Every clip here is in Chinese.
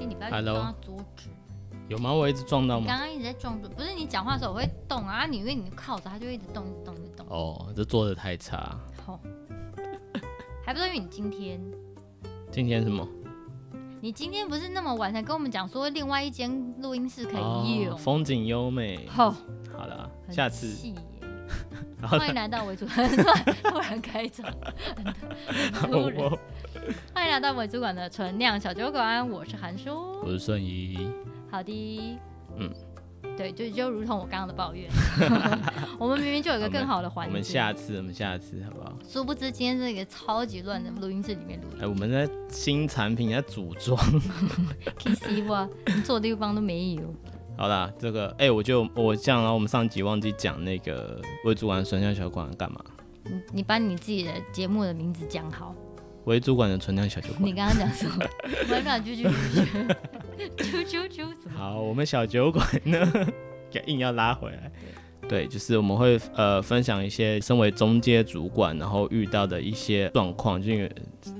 一直 Hello 哦撞到桌子。有吗？我一直撞到你吗？刚刚一直在撞桌，不是你讲话的时候我会动啊，啊你因为你靠着它就会一直动，一直动，一直动。哦，这做的太差。好、还不是因为你今天，今天什么？你今天不是那么晚才跟我们讲说另外一间录音室可以用哦，。风景优美。好、好啦，很下次气耶然后欢迎来到伪主管， 突然突然开场，很突然。 我欢迎来到伪主管的纯酿小酒馆，我是韩叔。我是顺仪，好的，嗯，对，就就如同我刚刚的抱 怨，我们明明就有一个更好的环我境，们下次我们下次好不好？殊不知今天是一个超级乱的录音室里面录哎、 音我们在新产品在组装。 ，KC 哇，你坐的地方都没有。好啦，这个哎、我就我这样啊，我们上集忘记讲那个微主管纯酿小酒馆干嘛？你你把你自己的节目的名字讲好，微主管的纯酿小酒馆你。刚刚讲什么？我还乱啾啾 啾啾啾啾啾什么？好，我们小酒馆呢， 也硬要拉回来。对，就是我们会呃分享一些身为中介主管，然后遇到的一些状况，就因为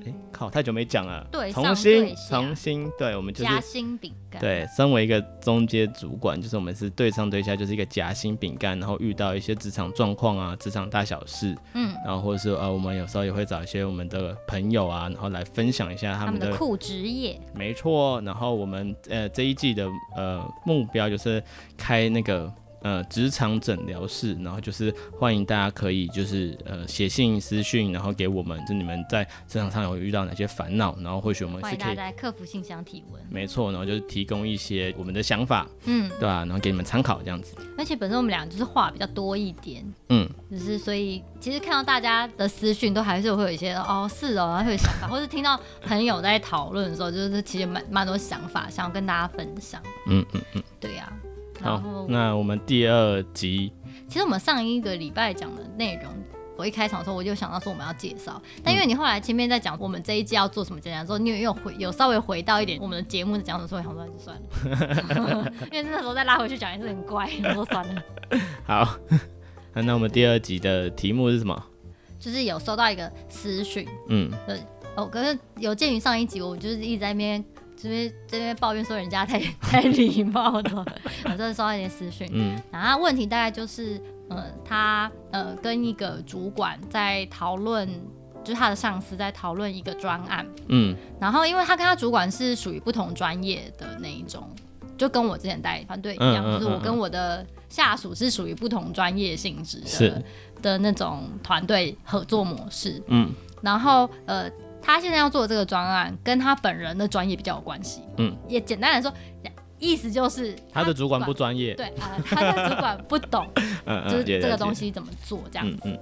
哎、靠，太久没讲了，对上重新对下重新，对我们就是夹心饼干，对，身为一个中间主管，就是我们是对上对下，就是一个夹心饼干，然后遇到一些职场状况啊、职场大小事，嗯，然后或者是呃，我们有时候也会找一些我们的朋友啊，然后来分享一下他他们们的的酷职业，没错，然后我们呃这一季的呃目标就是开那个呃职场诊疗室，然后就是呃欢迎大家可以就是呃写信私讯，然后给我们就你们在职场上有遇到哪些烦恼，然后或许我们欢是迎可大家以在客服信箱提问。没错，然后就是提供一些我们的想法，嗯，对吧、然后给你们参考这样子。而且本身我们俩就是话比较多一点，嗯，就是所以其实看到大家的私讯都还是会有一些哦是哦，然后会有想法，或 是听到朋友在讨论的时候，就是其实蛮蛮多想法想要跟大家分享。嗯嗯嗯，对呀、然好后，那我们第二集其实我们上一个礼拜讲的内容。我一开场的时候我就想到说我们要介绍，但嗯因为你后来前面在讲我们这一季要做什么讲讲之后，你有有回有稍微回到一点我们的节目的讲什么，所以想说就算 了， 因为那时候再拉回去讲也是很怪，我说算了。好， 那我们第二集的题目是什么？就是有收到一个私讯嗯，哦，可是有鉴于上一集我就是一直在那边。就是这边抱怨说人家太太礼貌了，我真的收到一些私讯。嗯，然后问题大概就是，呃，他呃跟一个主管在讨论，就是他的上司在讨论一个专案，嗯，然后因为他跟他主管是属于不同专业的那一种，就跟我之前带团队一样，嗯嗯就是我嗯跟我的下属是属于不同专业性质的是的那种团队合作模式。嗯，然后呃，他现在要做的这个专案跟他本人的专业比较有关系。嗯，也简单来说，意思就是他的主管不专业，对啊、他的主管不 懂，嗯就是嗯，这个东西，西怎么做这样嗯子。嗯，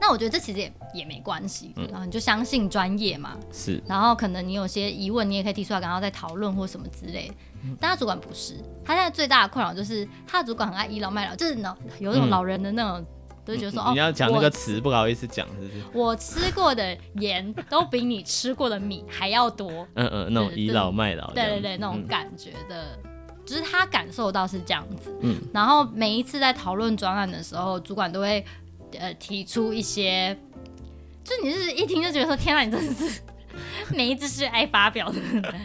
那我觉得这其实也也没关系，嗯然后你就相信专业嘛。是，然后可能你有些疑问，你也可以提出来，然后再讨论或什么之类的。嗯但他主管不是，他现在最大的困扰就是他的主管很爱倚老卖老，就是老有那种嗯老人的那种，就就觉得说、哦，你要讲那我个词，不好意思讲，是不是？我吃过的盐都比你吃过的米还要多，嗯嗯，那种倚老卖老，对对对，这那样子嗯种，感觉的，只是他感受到是这样子。嗯然后每一次在讨论专案的时候，主管都会呃提出一些，就你是一听就觉得说，天啊哪，你真的是 没知识爱发表的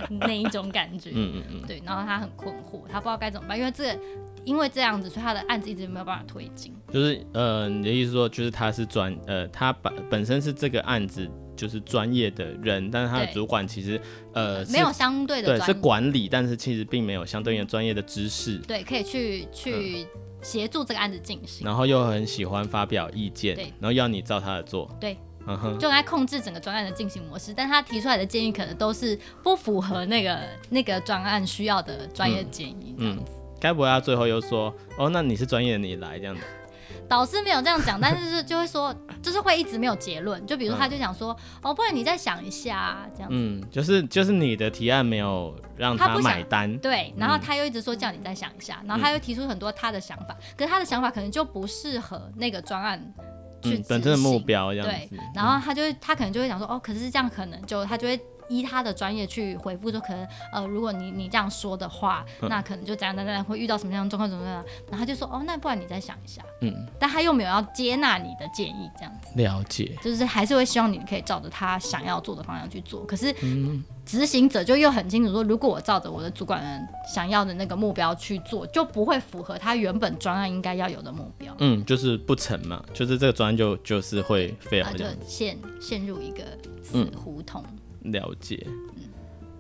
那一种感觉。嗯嗯嗯嗯，对，然后他很困惑，他不知道该怎么办，因为这个因为这样子，所以他的案子一直没有办法推进。就是呃，你的意思说，就是他是专，呃，他本本身是这个案子就是专业的人，但是他的对主管其实呃没有。相对是的对，专嗯是业，管理，但是其实并没有相对应的专业的知识，对，可以去嗯去协助这个案子进行，然后又很喜欢发表意见对，然后要你照他的做，对，嗯哼，就来控制整个专案的进行模式。但他提出来的建议可能都是不符合那个那个专案需要的专业建议，这样子。该不会他最后又说，哦，那你是专业的，你来这样子，导师没有这样讲， 但是就就会说，就是会一直没有结论。就比如他就想说，哦，不然你再想一下啊这样子。嗯，就是就是你的提案没有让他他不想买单，对，然后他又一直说叫你再想一下，嗯然后他又提出很多他的想法，可是他的想法可能就不适合那个专案去嗯执，本身的目行标这样对子，，然后他就会他可能就会想说，哦，可是这样可能就他就会。依他的专业去回复，就可能呃，如果你你这样说的话，嗯那可能就怎样怎样怎样会遇到什么样的状况怎么样，然后他就说哦，那不然你再想一下，嗯，但他又没有要接纳你的建议，这样子了解，就是还是会希望你可以照着他想要做的方向去做，可是嗯，执行者就又很清楚说，如果我照着我的主管人想要的那个目标去做，就不会符合他原本专案应该要有的目标，嗯，就是不成嘛，就是这个专案就就是会 fail 啊，这就样子，陷陷入一个嗯死胡同，了解。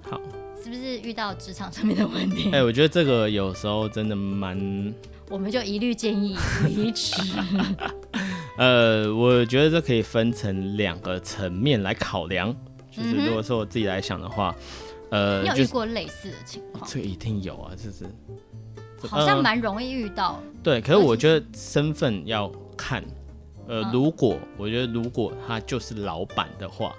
好，是不是遇到职场上面的问题？ 哎、我觉得这个有时候真的蛮，我们就一律建议离职。呃，我觉得这可以分成两个层面来考量。就是如果说我自己来想的话，嗯你 呃，有就遇是过类似的情况？这个呃一定有啊，就是好像蛮容易遇到，对，可是我觉得身份要看，呃，哦嗯如果我觉得如果他就是老板的话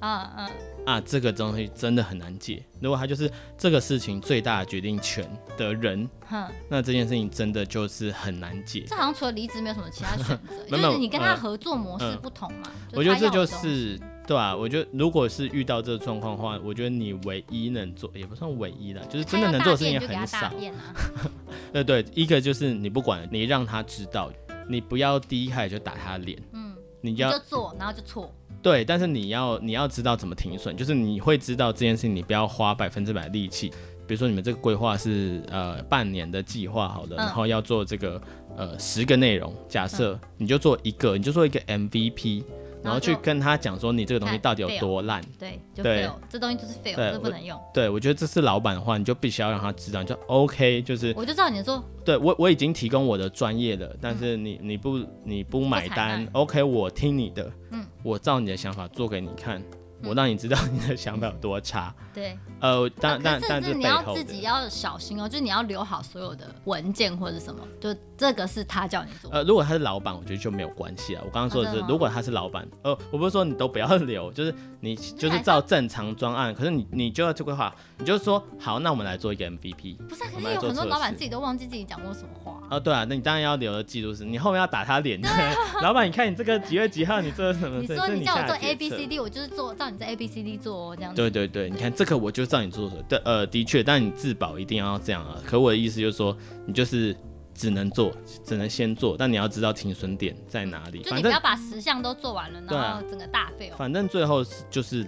嗯嗯，啊，这个东西真的很难解。如果他就是这个事情最大的决定权的人，哼，那这件事情真的就是很难解。这好像除了离职没有什么其他选择， 没就有是你跟他呃合作模式嗯不同嘛。我觉得他这要的东就西是对吧、我觉得如果是遇到这个状况的话，我觉得你唯一能做，也不算唯一的，就是真的能做的事情也他要很大便就给他大少。便啊，对对，一个就是你不管，你让他知道，你不要第一开始就打他脸，嗯，你你要就做，然后就错，对，但是你要你要知道怎么停损，就是你会知道这件事情，你不要花百分之百力气。比如说你们这个规划是呃半年的计划好了，嗯然后要做这个呃十个内容，假设你就做一个，你就做一个 MVP，然然后后去就跟他讲说你这个东西看到底有 fail 多烂。对，就对 fail，这东西就是 fail，对这不能用。对我觉得这是老板的话，你就必须要让他知道，你就 OK，就是我就知道你在做，对我我已经提供我的专业了，但是你你不你不买嗯采单纳，OK，我听你的，嗯我照你的想法做给你看，我让你知道你的想法有多差。对，呃，但可但是但这你背要后自己的。要小心哦，就是你要留好所有的文件或者什么，就这个是他叫你做，呃，如果他是老板，我觉得就没有关系啊。我刚刚说哦的是，真的吗如果他是老板，呃，我不是说你都不要留， 就是你就是照正常专案，可是你你就要去规划，你就说好，那我们来做一个 MVP 不是啊？可我们是来有做很多测老板试自己都忘记自己讲过什么话啊、哦，对啊，那你当然要留的记录是，你后面要打他脸， 老板，你看你这个几月几号，你做了什么你事？说这是你叫我下做的决 A B 策 C D，我就是做照你这 A B C D 做哦，这样子。对对对，你看这个我就照你做的，对，呃，的确，但你自保一定要这样啊。可我的意思就是说，你就是只能做，只能先做，但你要知道停损点在哪里。就你不反正要把十项都做完了，对啊然后整个大哦 fail。反正最后是就是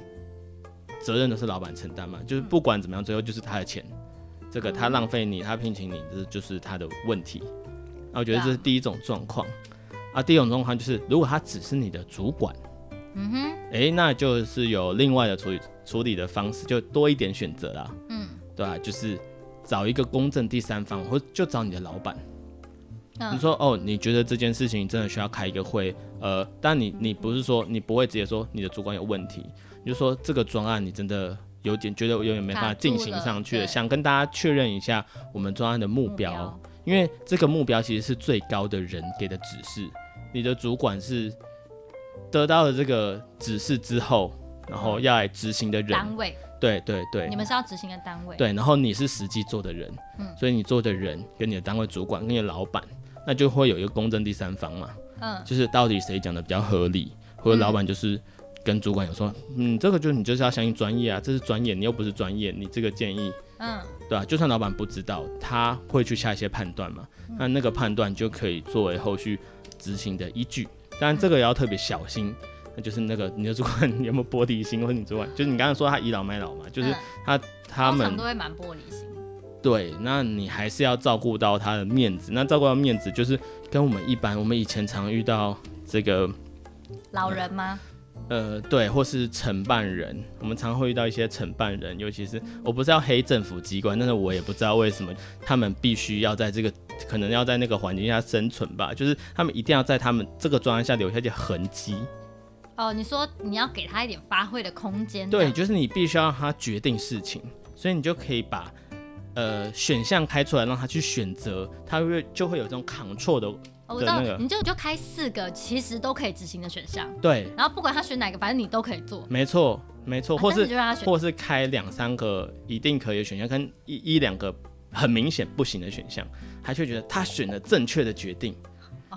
责任都是老板承担嘛，就是嗯不管怎么样，最后就是他的钱，这个他浪费你，他聘请你，这就是他的问题。啊，我觉得这是第一种状况。啊，第二种状况就是，如果他只是你的主管，嗯哼，诶，那就是有另外的处理处理的方式，就多一点选择啦。嗯，对啊，就是找一个公正第三方，或就找你的老板。你嗯，说哦，你觉得这件事情真的需要开一个会？呃，但你你不是说你不会直接说你的主管有问题，你就说这个专案你真的有点觉得有点没办法卡住进行上去了，了对想跟大家确认一下我们专案的目标，因为这个目标其实是最高的人给的指示，你的主管是得到了这个指示之后，然嗯后要来执行的人，单位，对对对你，们是要执行的单位。对，然后你是实际做的人，嗯所以你做的人跟你的单位主管跟你的老板，那就会有一个公正第三方嘛，嗯，就是到底谁讲的比较合理，或者老板就是跟主管有说，嗯，这个就是你就是要相信专业啊，这是专业，你又不是专业，你这个建议，嗯，对啊，就算老板不知道，他会去下一些判断嘛，嗯那那个判断就可以作为后续执行的依据，当然这个也要特别小心。那就是那个你的主管 有没有玻璃心，或者你主管就是你刚刚说他倚老卖老嘛，就是嗯他通们常都会蛮玻璃心。对，那你还是要照顾到他的面子。那照顾到面子，就是跟我们一般，我们以前常遇到这个，老人吗？呃，对，或是承办人，我们常会遇到一些承办人，尤其是我不是要黑政府机关，但是我也不知道为什么他们必须要在这个，可能要在那个环境下生存吧，就是他们一定要在他们这个专案下留下一些痕迹。哦，你说你要给他一点发挥的空间。这对，样，就是你必须要让他决定事情，所以你就可以把呃选项开出来，让他去选择，他会就会有这种 control 的哦我知道的那个，你就你就开四个其实都可以执行的选项，对，然后不管他选哪个，反正你都可以做。没错，没错，啊或但是你就让他选或是开两三个一定可以的选项，跟一一两个很明显不行的选项，他却觉得他选了正确的决定。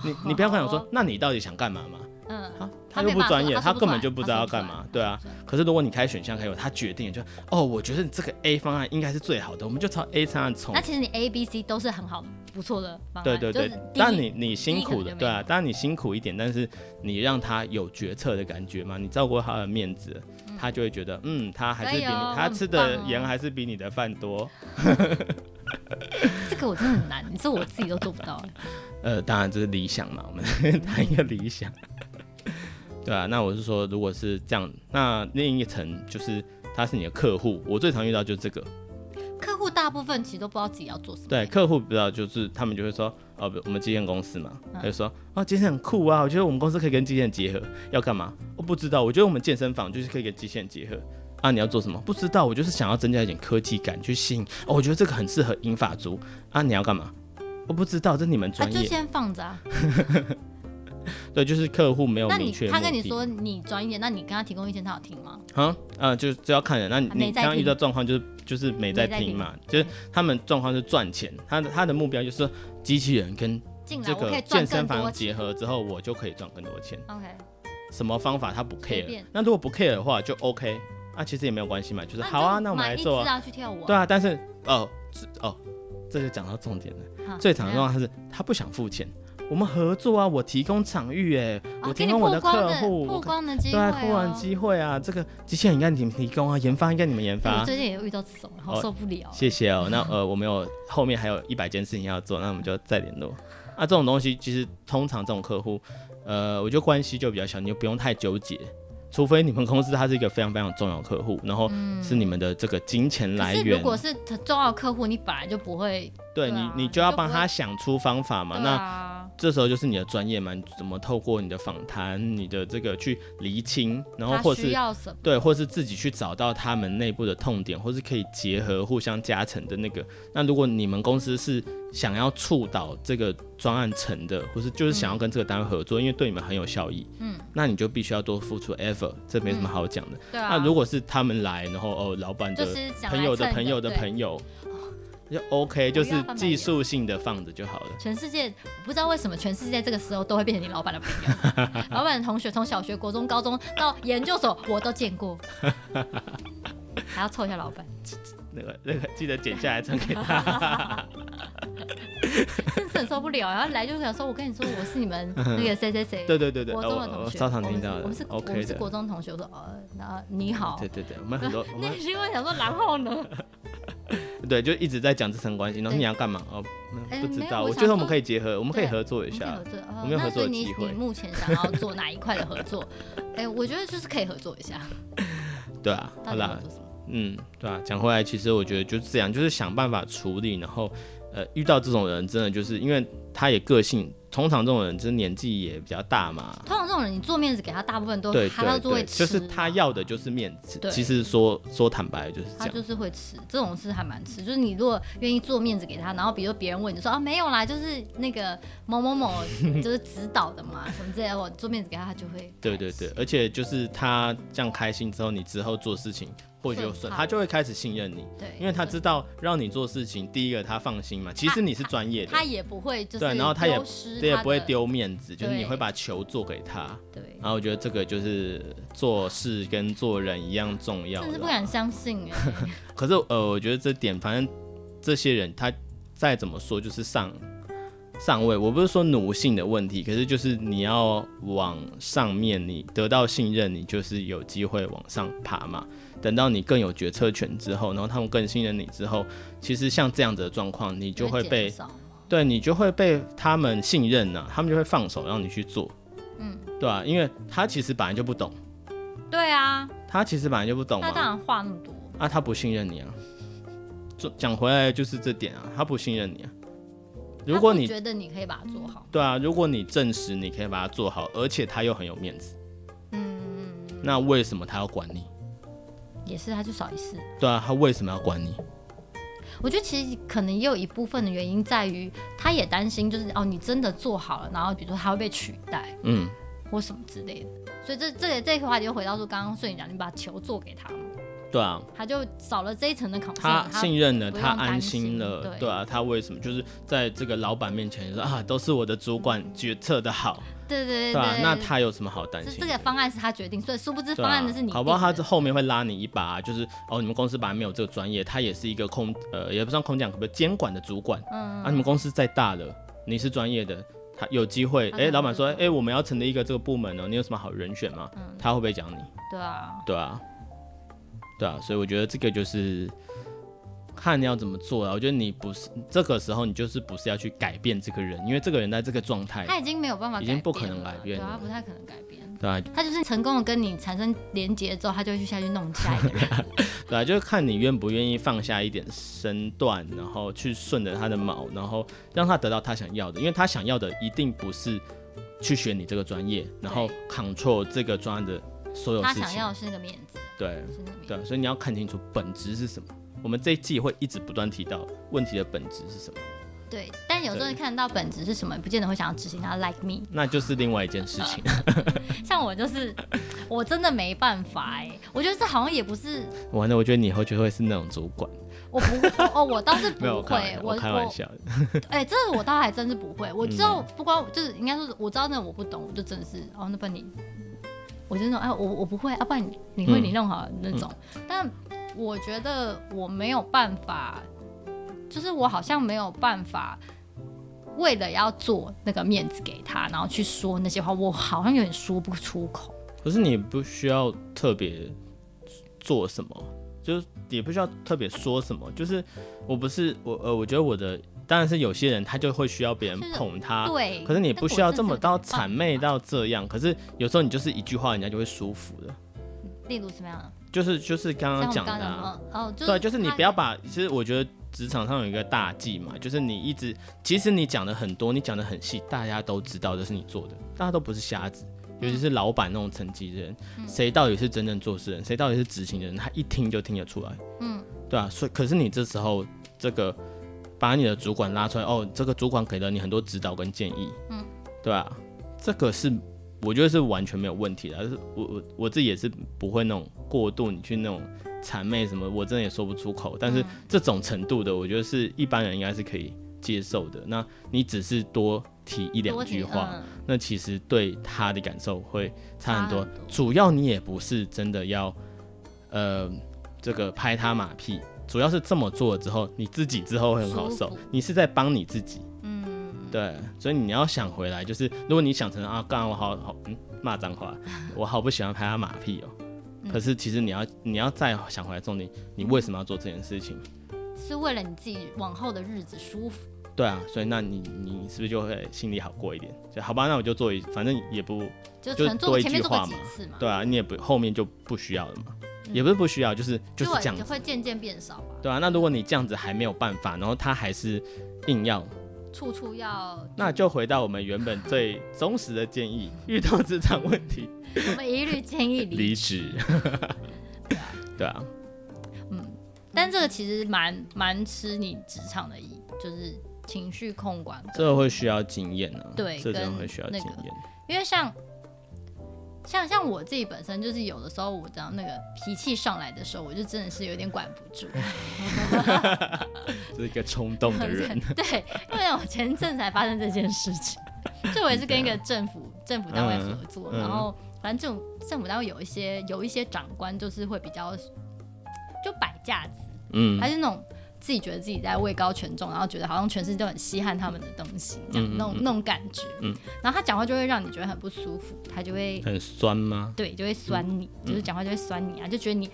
你你不要跟我说，那你到底想干嘛嘛？嗯，啊，他哦没又有不办法专业，说他他说根本出来就不知他说道要出来干嘛他，对说啊不出来。可是如果你开选项还有他决定了就，哦，我觉得你这个 A 方案应该是最好的，我们就朝 A 方案冲那。其实你 A、B、C 都是很好不错的方案，哦对对就是对，第一但你你辛第一个苦可的，能对没啊有，当然你辛苦一点，但是你让他有决策的感觉嘛，你照顾他的面子，他就会觉得，嗯，他还是比可你以哦啊他很吃的棒哦盐还是比你的饭多。这个我真的很难，你这我自己都做不到。 呃，当然这是理想嘛，我们 谈一个理想。 对啊，那我是说，如果是这样，那另一层就是他是你的客户，我最常遇到就是这个，客户大部分其实都不知道自己要做什么，啊对，客户不知道，就是他们就会说，哦，不我们基建公司嗯嘛，他就说，哦，基建很酷啊，我觉得我们公司可以跟基建结合，要干嘛？我、不知道，我觉得我们健身房就是可以跟基建结合。啊，你要做什么？不知道，我就是想要增加一点科技感，去吸引。哦，我觉得这个很适合英法族。啊，你要干嘛？我不知道，这是你们他专就业。先放着啊。对，就是客户没有那明你确他目跟你的说你专业，那你跟他提供意见，他有听吗？啊，呃，就就要看人。那你啊你没在刚刚遇听到状况就是就是没在听嘛，就是他们状况是赚钱，他的他的目标就是说机器人跟进来这我可个以健赚身更房多结钱。合之后，我就可以赚更多钱。 OK，什么方法他不随 care？便那如果不 care 的话就 OK，那、其实也没有关系嘛，就是好啊，那我们来做、啊。啊，去跳舞、对，啊，但是哦这哦，这就讲到重点了。啊最常怎用样的是他不想付钱，我们合作啊，我提供场域、欸，哎、哦我给提你供我曝的光客的户，我曝光的机会、对啊，哦，突然机会啊，这个机器人应该你们提供啊，研发应该你们研发哎我啊、最近也有遇到这种，好哦受不了。谢谢哦，那呃，我们有后面还有一百件事情要做，那我们就再联络。啊，这种东西其实通常这种客户，呃，我觉得关系就比较小，你就不用太纠结，除非你们公司它是一个非常非常重要的客户，然后是你们的这个金钱嗯可来是源如，果是很重要的客户，你本来就不会。对对你啊你你就就要不帮会他想出方法嘛。对那啊，这时候就是你的专业嘛，你怎么透过你的访谈、你的这个去厘清，然后他或需是要什么？对，或是自己去找到他们内部的痛点，或是可以结合互相加成的那个。那如果你们公司是想要促导这个专案成的，或是就是嗯想要跟这个单位合作，因为对你们很有效益，嗯，那你就必须要多付出 effort，这没什么好讲的。对啊，那如果是他们来，然后哦，老板就的是想朋来友的蹭朋友的对朋友，就 OK，就不要是翻白技眼术性的放着就好了。全世界，我不知道为什么全世界这个时候都会变成你老板的朋 友，老板的同学，从小学、国中、高中到研究所，我都见 过，还要凑一下老板，那个那个，记得剪下来传给 他。真是很受不了。啊然后来就想说，我跟你说，我是你 们那个谁谁谁，对对对对，国中的哦同我学，超常我听们是到的，我们是我 OK 们是的。国中同学。我说，呃，那你好对。对对，我们很多我们内心会想说，然后呢？ 对，就一直在讲这层关系，然后对你要干嘛？哦，嗯哎不知没有道，我我想觉得我说们可以结合，我们可以合作一我们可以下合。作，呃我们有合那所作的以你机会你目前想要做哪一块的合作？ 哎、我觉得就是可以合作一下。对啊，到好底要啦做，什么？嗯，对啊。讲回来，其实我觉得就是这样，就是想办法处理，然后呃，遇到这种人，真的就是因为他也个性，通常这种人就是年纪也比较大嘛。通常这种人，你做面子给他，大部分都对他要对做会对，吃，就是他要的就是面子。对其实说说坦白就是这他样就。是会吃，这种事还蛮吃。就是你如果愿意做面子给他，然后比如别人问你就说啊没有啦，就是那个某某某就是指导的 嘛，什么之类的，我做面子给他，他就会对对对，而且就是他这样开心之后，你之后做事情或许就顺顺，畅他就会开始信任你。对，因为他知道让你做事情，第一个他放心嘛，其实你是专业的，他也不会就是对然后他也丢失这也他不会的丢面子，就是你对会把球做给他。对，然后我觉得这个就是做事跟做人一样重要真是不啦。敢相 信哎、可是呃，我觉得这点，反正这些人他再怎么说就是上上位，我不是说奴性的问题，可是就是你要往上面，你得到信任，你就是有机会往上爬嘛。等到你更有决策权之后，然后他们更信任你之后，其实像这样子的状况，你就会减被少对你就会被他们信任呢、他们就会放手让你去做，嗯，对啊，因为他其实本来就不懂，对啊，他其实本来就不懂他嘛，当然话那么多，啊，他不信任你啊，就讲回来就是这点啊，他不信任你啊。如果他不你觉得你可以把它做好，对啊，如果你证实你可以把它做好，而且他又很有面子，嗯，那为什么他要管你？也是他就少一事。对啊，他为什么要管你？我觉得其实可能也有一部分的原因在于，他也担心就是哦，你真的做好了，然后比如说他会被取代嗯，或什么之类的。所以这这个这个话题又回到说，刚刚顺你讲，你把球做给他嘛，对啊，他就少了这一层的 concern，他信任了，不他用担安心心了，对对啊，他为什么就是在这个老板面前说啊，都是我的主管决策的好，对对对对啊，那对他有什么好担是心这的？个方案是他决定，所以殊不知对方案的是你定的。啊，搞不好他这后面会拉你一把啊、就是哦，你们公司本来没有这个专业，他也是一个空呃，也不算空降，可不可以监管的主管，嗯，啊，你们公司再大了，你是专业的。他有机会，他哎、就老板说，会哎、做我们要成立一个这个部门哦，你有什么好人选嗯吗？他会不会讲你？对啊，对啊，对啊，所以我觉得这个就是看你要怎么做啊。我觉得你不是这个时候，你就是不是要去改变这个人，因为这个人在这个状态，他已经没有办法改已变了，经不可能改变对啊，了他不太可能改变。对啊，他就是成功的跟你产生连接之后，他就会去下去弄下一个人。对啊，就是看你愿不愿意放下一点身段，然后去顺着他的毛，然后让他得到他想要的，因为他想要的一定不是去学你这个专业，然后 control 这个专案的所 有他事想情，要的是那个面子，对。是那个面对子。啊，所以你要看清楚本质是什么。我们这一季会一直不断提到问题的本质是什么，对，但有时候对你看到本质是什么，不见得会想要执行它。Like me，那就是另外一件事呃情。像我就是，我真的没办法哎、我觉得这好像也不是， 完了，我觉得你以后就会是那种主管，我不，哦，我倒是不 没有我开玩会笑，，我我开玩笑的。哎、这个我倒还真是不会。我知道，嗯不光就是应该说，我知道那我不懂，我就真的是哦，那不然你，我就那种哎，我我不会，要、不然你你会嗯你弄好了那种。但我觉得我没有办法，就是我好像没有办法。为了要做那个面子给他，然后去说那些话，我好像有点说不出口。可是你不需要特别做什么，就是也不需要特别说什么。就是我不是我呃，我觉得我的当然是有些人他就会需要别人就是捧他，对，啊可是你但不我需要真这的么是到没办谄媚法。到这样。可是有时候你就是一句话，人家就会舒服的。例如什么样的？就是就是刚刚像我讲们的、刚刚讲什啊，么？哦，就是对，就是你他不要把，其实我觉得职场上有一个大忌嘛，就是你一直，其实你讲的很多，你讲的很细，大家都知道这是你做的，大家都不是瞎子，尤嗯其是老板那种层级的人，谁到底是真正做事人，谁到底是执行的人，他一听就听得出来，嗯，对啊，所以可是你这时候这个把你的主管拉出来，哦，这个主管给了你很多指导跟建议，嗯，对啊，这个是。我觉得是完全没有问题的，但是我我我自己也是不会那种过度你去那种谄媚什么，我真的也说不出口。嗯但是这种程度的，我觉得是一般人应该是可以接受的。那你只是多提一两多句提话，嗯那其实对他的感受会差很多。差很多主要你也不是真的要，呃，这个拍他马屁，主要是这么做了之后，你自己之后会很好舒受服，你是在帮你自己。嗯，对，所以你要想回来，就是如果你想成啊，刚我好好嗯骂脏 话，我好不喜欢拍他马屁哦。嗯可是其实你要你要再想回来重点，你为什么要做这件事情？是为了你自己往后的日子舒服。对啊，所以那你你是不是就会心里好过一点？就好吧，那我就做一，反正也不就就可能做多一前面句做个话几嘛次嘛，对啊，你也不后面就不需要了嘛，也不是不需要，就是就是会这样子，会渐渐变少吧，对啊。那如果你这样子还没有办法，然后他还是硬要，处处 要，那就回到我们原本最忠实的建议，遇到职场问题我们一律建议离。离职。 对啊，但这个其实蛮蛮吃你职场的意，就是情绪控管跟，这个会需要经验啊，对这真的跟会需要经那个验。因为像像像我自己本身就是有的时候我这样那个脾气上来的时候，我就真的是有点管不住。是一个冲动的 人，对，因为我前阵才发生这件事情，就我也是跟一个政府政府单位合作，啊嗯嗯然后反正政府政府单位有一些有一些长官就是会比较就摆架子，嗯还是那种自己觉得自己在位高权重，然后觉得好像全世界都很稀罕他们的东西，这样、嗯嗯那种嗯那种感觉。嗯然后他讲话就会让你觉得很不舒服，他就会很酸吗？对，就会酸嗯你，就是讲话就会酸你啊，就觉得你，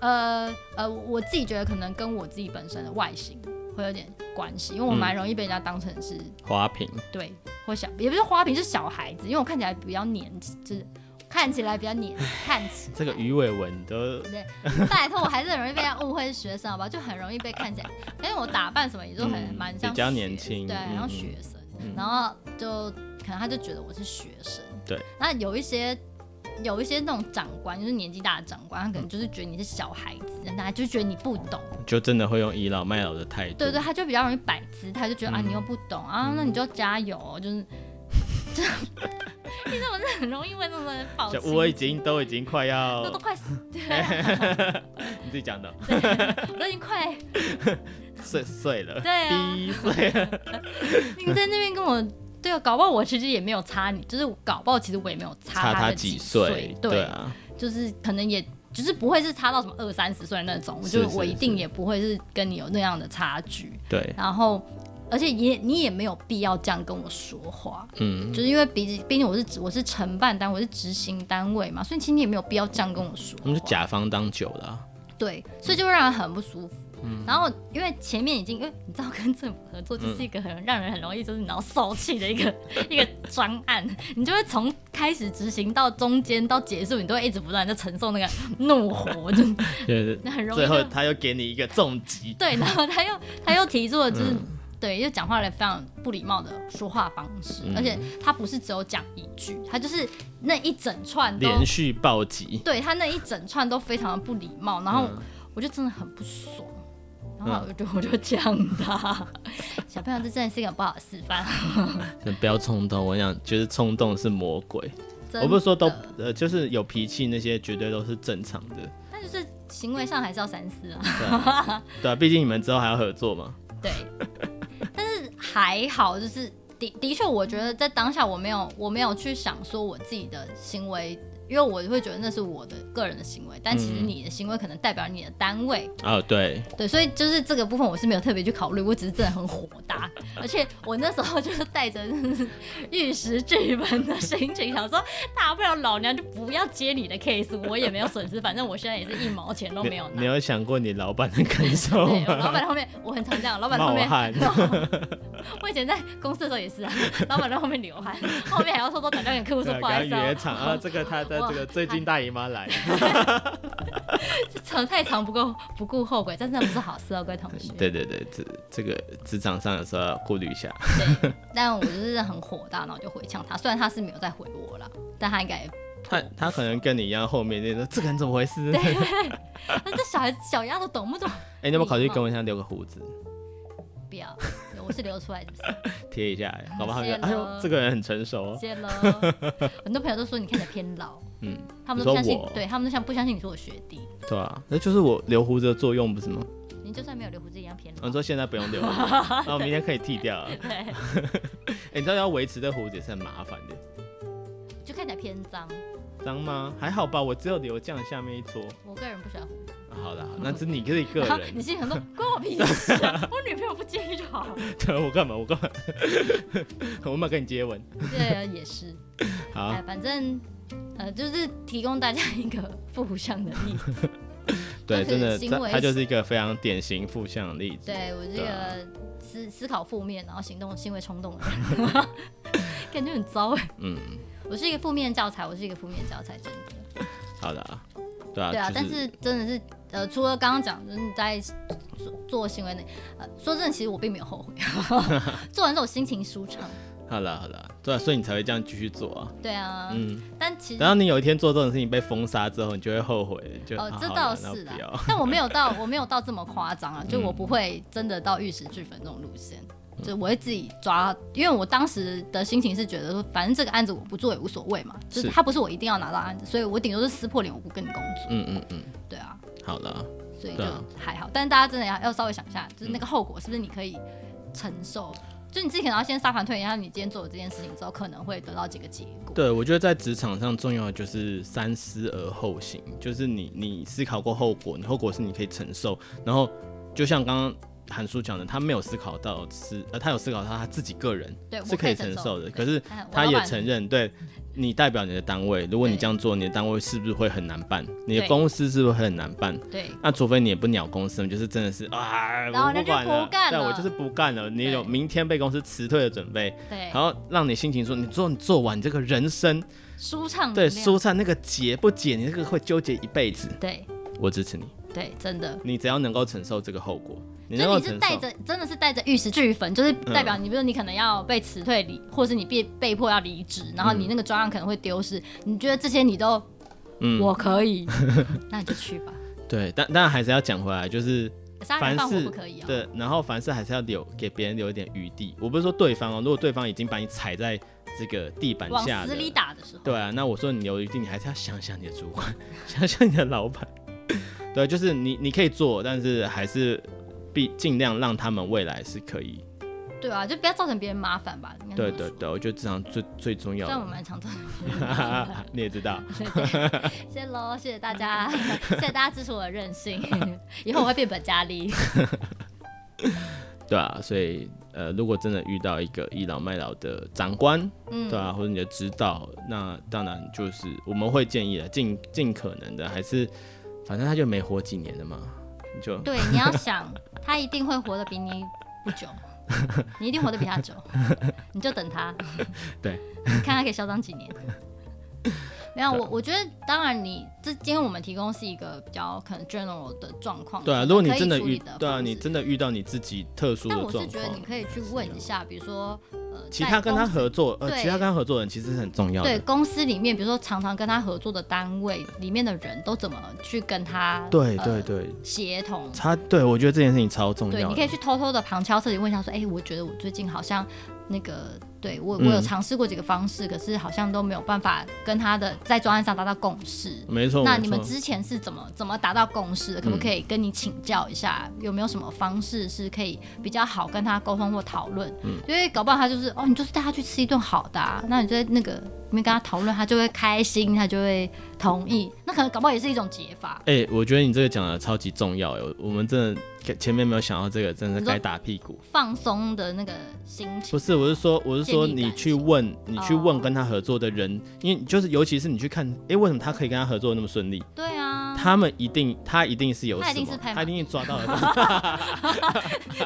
呃呃，我自己觉得可能跟我自己本身的外形会有点关系，因为我嗯蛮容易被人家当成是、花瓶，对或小，也不是花瓶，是小孩子，因为我看起来比较年纪，就是看起来比较年，看起来这个鱼尾纹都 拜托，我还是很容易被人家误会是学生，好吧？就很容易被看起来，因为我打扮什么也就很嗯蛮像比较学年轻对，嗯然后嗯学生，嗯然后就可能他就觉得我是学生，对。那有一些有一些那种长官，就是年纪大的长官，他可能就是觉得你是小孩子，人家就觉得你不懂，就真的会用倚老卖老的态度。对对，他就比较容易摆姿态，就觉得、啊嗯你又不懂啊，那你就加油，就是。 就你怎么 是很容易为那种人抱就歉？ 我已经都已经快那要 都快死，对啊，自己讲的，我都已经快，碎碎了，对啊滴碎了，你在那边跟我。对啊，搞不好我其实也没有差你，就是搞不好其实我也没有差他他的几岁岁，，对，对啊，就是可能也就是不会是差到什么二三十岁那种，我觉得是是我一定是也不会是跟你有那样的差距，对，然后而且也你也没有必要这样跟我说话，嗯，就是因为毕竟毕竟我是我是承办单位，我是执行单位嘛，所以其实你也没有必要这样跟我说话。他们就甲方当久了啊，对，所以就会让人很不舒服。嗯然后因为前面已经，因为你知道跟政府合作就是一个很让人很容易就是你要受气的一 个一个专案，你就会从开始执行到中间到结束，你都会一直不断地在承受那个怒火，就就是那很容易最后就他又给你一个重击，对，然后他又他又提出了嗯就是。对，又讲话了非常不礼貌的说话方式，嗯而且他不是只有讲一句，他就是那一整串都，连续暴击，对他那一整串都非常的不礼貌，然后嗯我就真的很不爽，然后我就、 我就这样他，小朋友这真的是一个不好的示范， 嗯不要冲动，我想就是冲动是魔鬼，真我不是说都的，呃，就是有脾气那些绝对都是正常的，但就是行为上还是要三思 啊，对 啊对啊，毕竟你们之后还要合作嘛，对，但是还好就是。的的确，我觉得在当下我没有我没有去想说我自己的行为，因为我会觉得那是我的个人的行为，但其实嗯你的行为可能代表你的单位，哦，对，对，所以就是这个部分我是没有特别去考虑，我只是真的很火大，而且我那时候就是带着玉石俱焚的心情，想说大不了老娘就不要接你的 case，我也没有损失，反正我现在也是一毛钱都你没有你拿。有想过你老板的感受 对，我吗？老板后面我很常这样，老板后冒面，汗， 我以前在公司的时候也是啊，老板在后面流汗，后面还要偷偷打电话给客户说对不好给他意思、啊约，场啊，这个他的我这个最近大姨妈来，长太长不够不顾后悔，但真的不是好事哦，各位同学。对对对，这这个职场上有时候要顾虑一下，但我就是很火大，然后我就回呛他，虽然他是没有再回我啦，但他应该也他他可能跟你一样，后面那个这个人怎么回事？那这小孩子小丫头懂不懂？ 哎，你有没有考虑跟我一样留个胡子，不要，我是流出来，是不是？贴一下？搞不好他觉谢了得哎呦，这个人很成熟哦。谢 喽。很多朋友都说你看起来偏老，嗯，他们都不相你信说我，对他们都像不相信你是我学弟，对啊，那就是我留胡子的作用不是吗？你就算没有留胡子一样偏我老。说现在不用留了，那我明天可以剃掉啊。 对，哎，你知道要维持这胡子也是很麻烦的，就看起来偏脏。脏吗？还好吧，我只有留这样下面一撮。我个人不喜欢胡子。啊好啦，那是你自己个然后人 你，心里想说，关我屁事啊！我女朋友不介意就好了。对 我干嘛？我干嘛？ 我没有跟你接吻。对，啊也是。好哎，，反正呃，就是提供大家一个 负向的例子。但对，是真的，行他为他就是一个非常典型负向的例子。对我这对啊个思思考负面，然后行动行为冲动的人， 感觉很糟哎。嗯，我是一个负面教材，我是一个负面教材，真的。好的啊，对啊，对啊，就但是真的是，呃，除了刚刚讲，就是你在做做行为那，呃，说真的，其实我并没有后悔， 做完之后心情舒畅。好了好了，对啊，所以你才会这样继续做啊。对啊，嗯，但其实然后你有一天做这种事情被封杀之后，你就会后悔，就哦啊，这好倒了那是不啦要。但我没有到我没有到这么夸张啊，就嗯我不会真的到玉石俱焚那种路线。就我会自己抓，因为我当时的心情是觉得说，反正这个案子我不做也无所谓嘛，就是是他不是我一定要拿到案子，所以我顶多是撕破脸，我不跟你工作，嗯嗯嗯，对啊，好了，所以就对啊嗯还好。但是大家真的要要稍微想一下，就是那个后果是不是你可以承受？就你自己可能要先沙盘推演，一下你今天做了这件事情之后，可能会得到几个结果。对我觉得在职场上重要的就是三思而后行，就是你你思考过后果，你后果是你可以承受，然后就像刚刚。韩叔讲的，他没有思考到是，呃，他有思考到他自己个人对，我是可可以以承承受受的，对可是但我他老也板承认，对你代表你的单位，如果你这样做，你的单位是不是会很难办？你的对公司是不是会很难办？对那除非你也不鸟公司，你就是真的是啊，然后我那不就管不干对了我就是不干了。你对有明天被公司辞退的准备，对嗯然，后让你心情说，你做你做完这个人生，舒畅对能量疏散那个结不解，你这个会纠结一辈子。对我支持你，对，真的。你只要能够承受这个后果，你能就够你承是带受。嗯着，真的是带着玉石俱焚，就是代表你，比如说你可能要被辞退离，或是你被被迫要离职，然后你那个专案可能会丢失，你觉得这些你都，嗯我可 以，那你就去吧。对，但但还是要讲回来，就是杀人凡放火事不可以啊、对，然后凡事还是要留给别人留一点余地。我不是说对方哦，如果对方已经把你踩在这个地板往下死了，里打的时候， 对啊，那我说你留余地，你还是要想想你的主管，想想你的老板，对，就是你你可以做，但是还是必尽量让他们未来是可以。对啊，就不要造成别人麻烦吧。应该这对么对说，对，我觉得这场最最重要虽然我的。蛮常造成 你也知道，谢谢喽，谢谢大 家，谢谢大家支持我的任性， 以后我会变本加厉。对啊，所以呃，如果真的遇到一个倚老卖老的长官，嗯对啊，或者你的指导，那当然就是我们会建议的，尽尽可能的，还是反正他就没活几年了嘛，你就对，你要想，他一定会活得比你不 久，你一定活得比他久，你就等他。对，你看他可以嚣张几 年。没有，对啊我我觉得，当然你这今天我们提供是一个比较可能 general 的状况，对啊，可如果你以真处理遇的，对啊，方你式真的遇到你自己特殊的但我是状觉得你况，可以去问一下，比如说呃，其在他跟公他司合作，呃，对其他跟他合作的人其实是很重要对的，公司里面，比如说常常跟他合作的单位里面的人都怎么去跟他对呃对对，协同，他对我觉得这件事情超重对，要你可以的，去偷偷的旁敲侧击问一下，说，哎、我觉得我最近好像那个，对我我嗯有尝试过几个方式，可是好像都没有办法跟他的在专案上达到共识。没错，那嗯没你们错嗯之前是怎么怎么达到共识的？可不可以跟你请教一下，有没有什么方式是可以比较好跟他沟通或讨论？嗯因为搞不好他就是哦，你就是带他去吃一顿好的、啊，那你在那个里面跟他讨论，他就会开心，他就会同意。那可能搞不好也是一种解法。哎、我觉得你这个讲的超级重要哟，我们真的前面没有想到这个，真你的是说该打屁股。放松的那个心情，不是，我是说，我是说，建立你感去情问，你去哦问跟他合作的人，因为就是尤其是你去看，哎、为什么他可以跟他合作得那么顺利？对啊，他们一定，他一定是有他一什定么是，拍他马一定抓到了，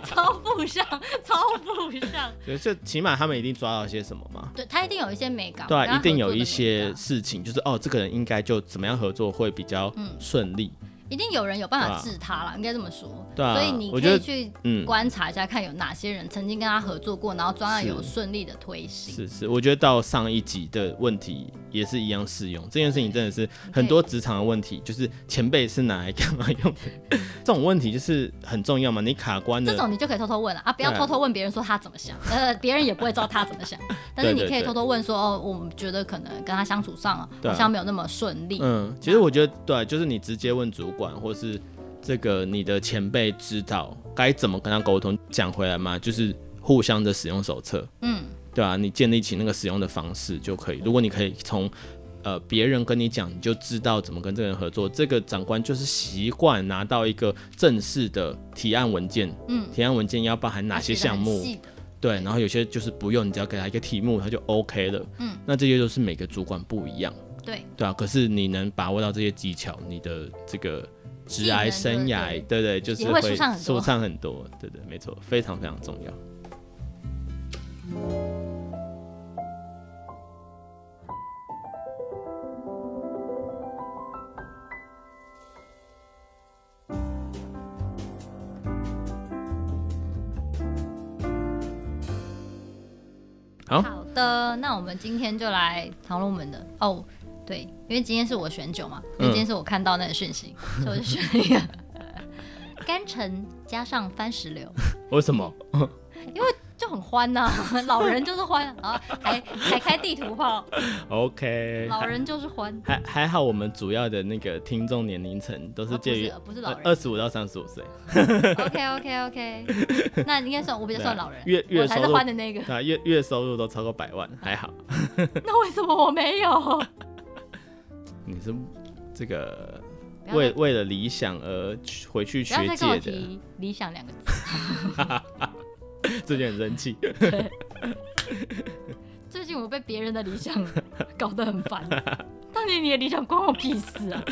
超不像，超不像。对就起码他们一定抓到些什么 嘛。对他一定有一些美感，对跟啊，他一定合作有的一美些感事情，就是哦，这个人应该就怎么样合作会比较嗯顺利。一定有人有办对法啊治他啦，应该这么说。对啊所以你我可觉得以去嗯观察一下，看有哪些人曾经跟他合作过，然后专案是有顺利的推行。是是，我觉得到上一集的问题也是一样适用。这件事情真的是很多职场的问题，就是前辈是拿来干嘛用的？ 这种问题就是很重要嘛。你卡关这了，种你就可以偷偷问了啊，不要对啊偷偷问别人说他怎么 想，呃，别人也不会知道他怎么想。但是对你对可以对偷偷问说，哦，我们觉得可能跟他相处上啊对啊好像没有那么顺利。嗯，其实我觉得对，就是你直接问主管或是这个你的前辈知道该怎么跟他沟通。讲回来嘛，就是互相的使用手册，嗯，对啊，你建立起那个使用的方式就可以。如果你可以从呃，别人跟你讲，你就知道怎么跟这个人合作。这个长官就是习惯拿到一个正式的提案文件，嗯，提案文件要包含哪他些写得项很目，细的？对，然后有些就是不用，你只要给他一个题目，他就 OK 了。嗯，那这些都是每个主管不一样，对，对啊。可是你能把握到这些技巧，你的这个职涯技生能涯，对对对，就是也会舒畅很多舒畅很多，对对，没错，非常非常重要。好好的，那我们今天就来讨论我们的哦，对，因为今天是我选酒嘛，嗯因为今天是我看到那个讯 息，所以我就选了一个甘橙加上番石榴，为什么？就很欢呐、 老人就是欢啊，还还开地图炮， OK，老人就是欢，还还好，我们主要的那个听众年龄层都是啊介于呃不是不是老二人十五到三十五岁， ，OK OK OK，那应该算啊我比较算老人，月月我才是收入欢的那个， 对啊，月月收入都超过百万，还好。那为什么我没有？你是这个不要再为为了理想而去回去不要学再跟我界的，提理想两个字。最近很生气。最近我被别人的理 想搞得很烦，到底你的理想关我屁事啊？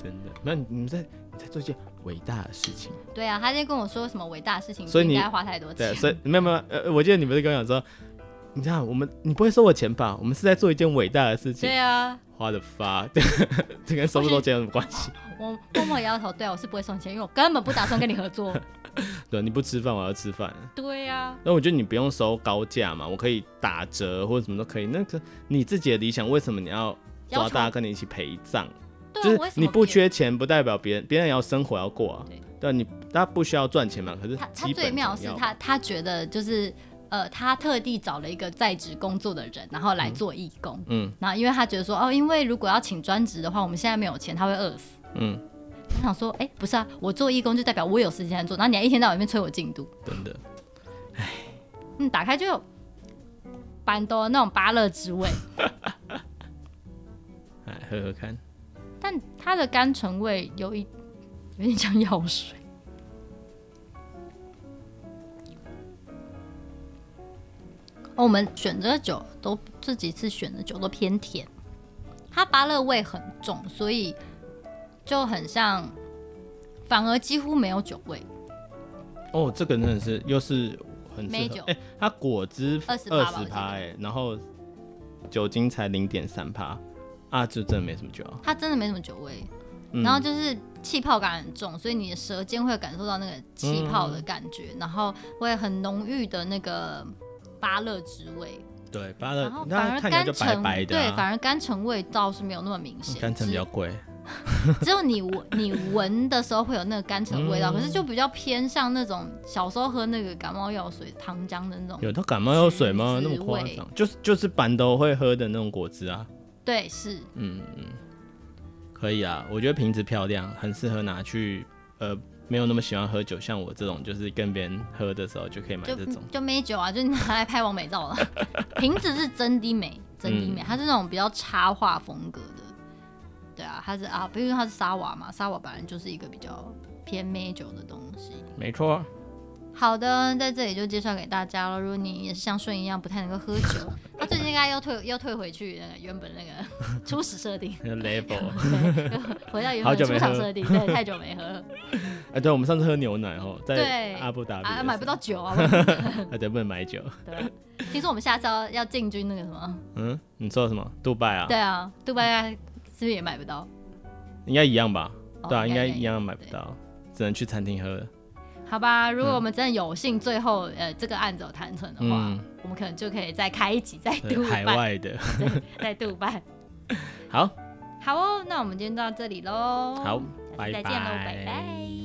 真的，那你们在你在做一件伟大的事情， 对啊，他今天跟我说什么伟大的事情，所以不应你该花太多钱对，。所以没有没有，呃，我记得你不是跟我讲说，你知道我们你不会收我钱吧？我们是在做一件伟大的事情对，啊，花的发， 这跟收不收钱有什么关系？ 我默默摇头，对啊，我是不会送钱，因为我根本不打算跟你合 作。对，啊你不吃饭我要吃饭，对啊，那我觉得你不用收高价嘛，我可以打折或者什么都可以。那个你自己的理想，为什么你要抓要求大家跟你一起陪葬？对啊，就为是什么你别不人？缺钱，不代表别人别人也要生活要过啊对。对，你他不需要赚钱嘛，可是他他基最本妙上是要他他觉得就是呃，他特地找了一个在职工作的人，然后来做义工。嗯然后因为他觉得说哦，因为如果要请专职的话，我们现在没有钱，他会饿死。嗯，想说，哎、不是啊，我做义工就代表我有时间做，然后你还一天到晚在那边催我进度，真的，嗯，打开就有板豆的那种芭乐滋味，哎，喝喝看，但它的甘醇味有一有点像药水，哦我们选择的酒都这几次选的酒都偏甜，它芭乐味很重，所以就很像，反而几乎没有酒味。哦，这个真的是又是很适美合酒，哎、它果汁28二吧十我记得趴，哎，然后酒精才零点三趴，啊，就真的没什么酒啊，它真的没什么酒味，嗯然后就是气泡感很重，所以你的舌尖会感受到那个气泡的感觉，然后会很浓郁的那个芭乐汁味，对，芭然乐后，反那而看起来甘就醇白白的、啊，对，反而甘醇味倒是没哦有那么明显，甘醇比较贵，只只有你闻你闻的时候会有那个甘醇味道，嗯可是就比较偏向那种小时候喝那个感冒药水糖浆的那种，有到感冒药水吗？橘那子么夸味张？就是就是板豆会喝的那种果汁啊，对，是嗯嗯，可以啊，我觉得瓶子漂亮，很适合拿去呃。没有那么喜欢喝酒，像我这种，就是跟别人喝的时候就可以买就这种。就美酒啊，就拿来拍完美照了。 瓶子是真的美，真的美，嗯它是那种比较插画风格的。对啊，它是啊，毕竟它是沙瓦嘛，沙瓦本来就是一个比较偏美酒的东西。没错，好的，在这里就介绍给大家了。如果你也是像顺一样不太能够喝酒，他 最近应该又退又退回去那个原本那 个初始设定， 那个 label。对，又回到原好本久初没场喝设定， 对，太久没喝了，哎，对，我们上次喝牛奶哦，对在阿布达比的时啊，候买不到，酒啊。啊，对，不能买酒。对，听说我们下次要要进军那个什么。嗯，你说什么？杜拜啊？对啊，杜拜是不是也买不到？应该一样吧？哦对啊，应该一一样买对不到，只能去餐厅喝 了。好吧，如果我们真的有幸最后呃这个案子有谈成的话，嗯我们可能就可以再开一集，在杜对，海 拜，外的。在杜拜。好，好哦，那我们今天到这里喽。好下次再见喽，拜拜拜拜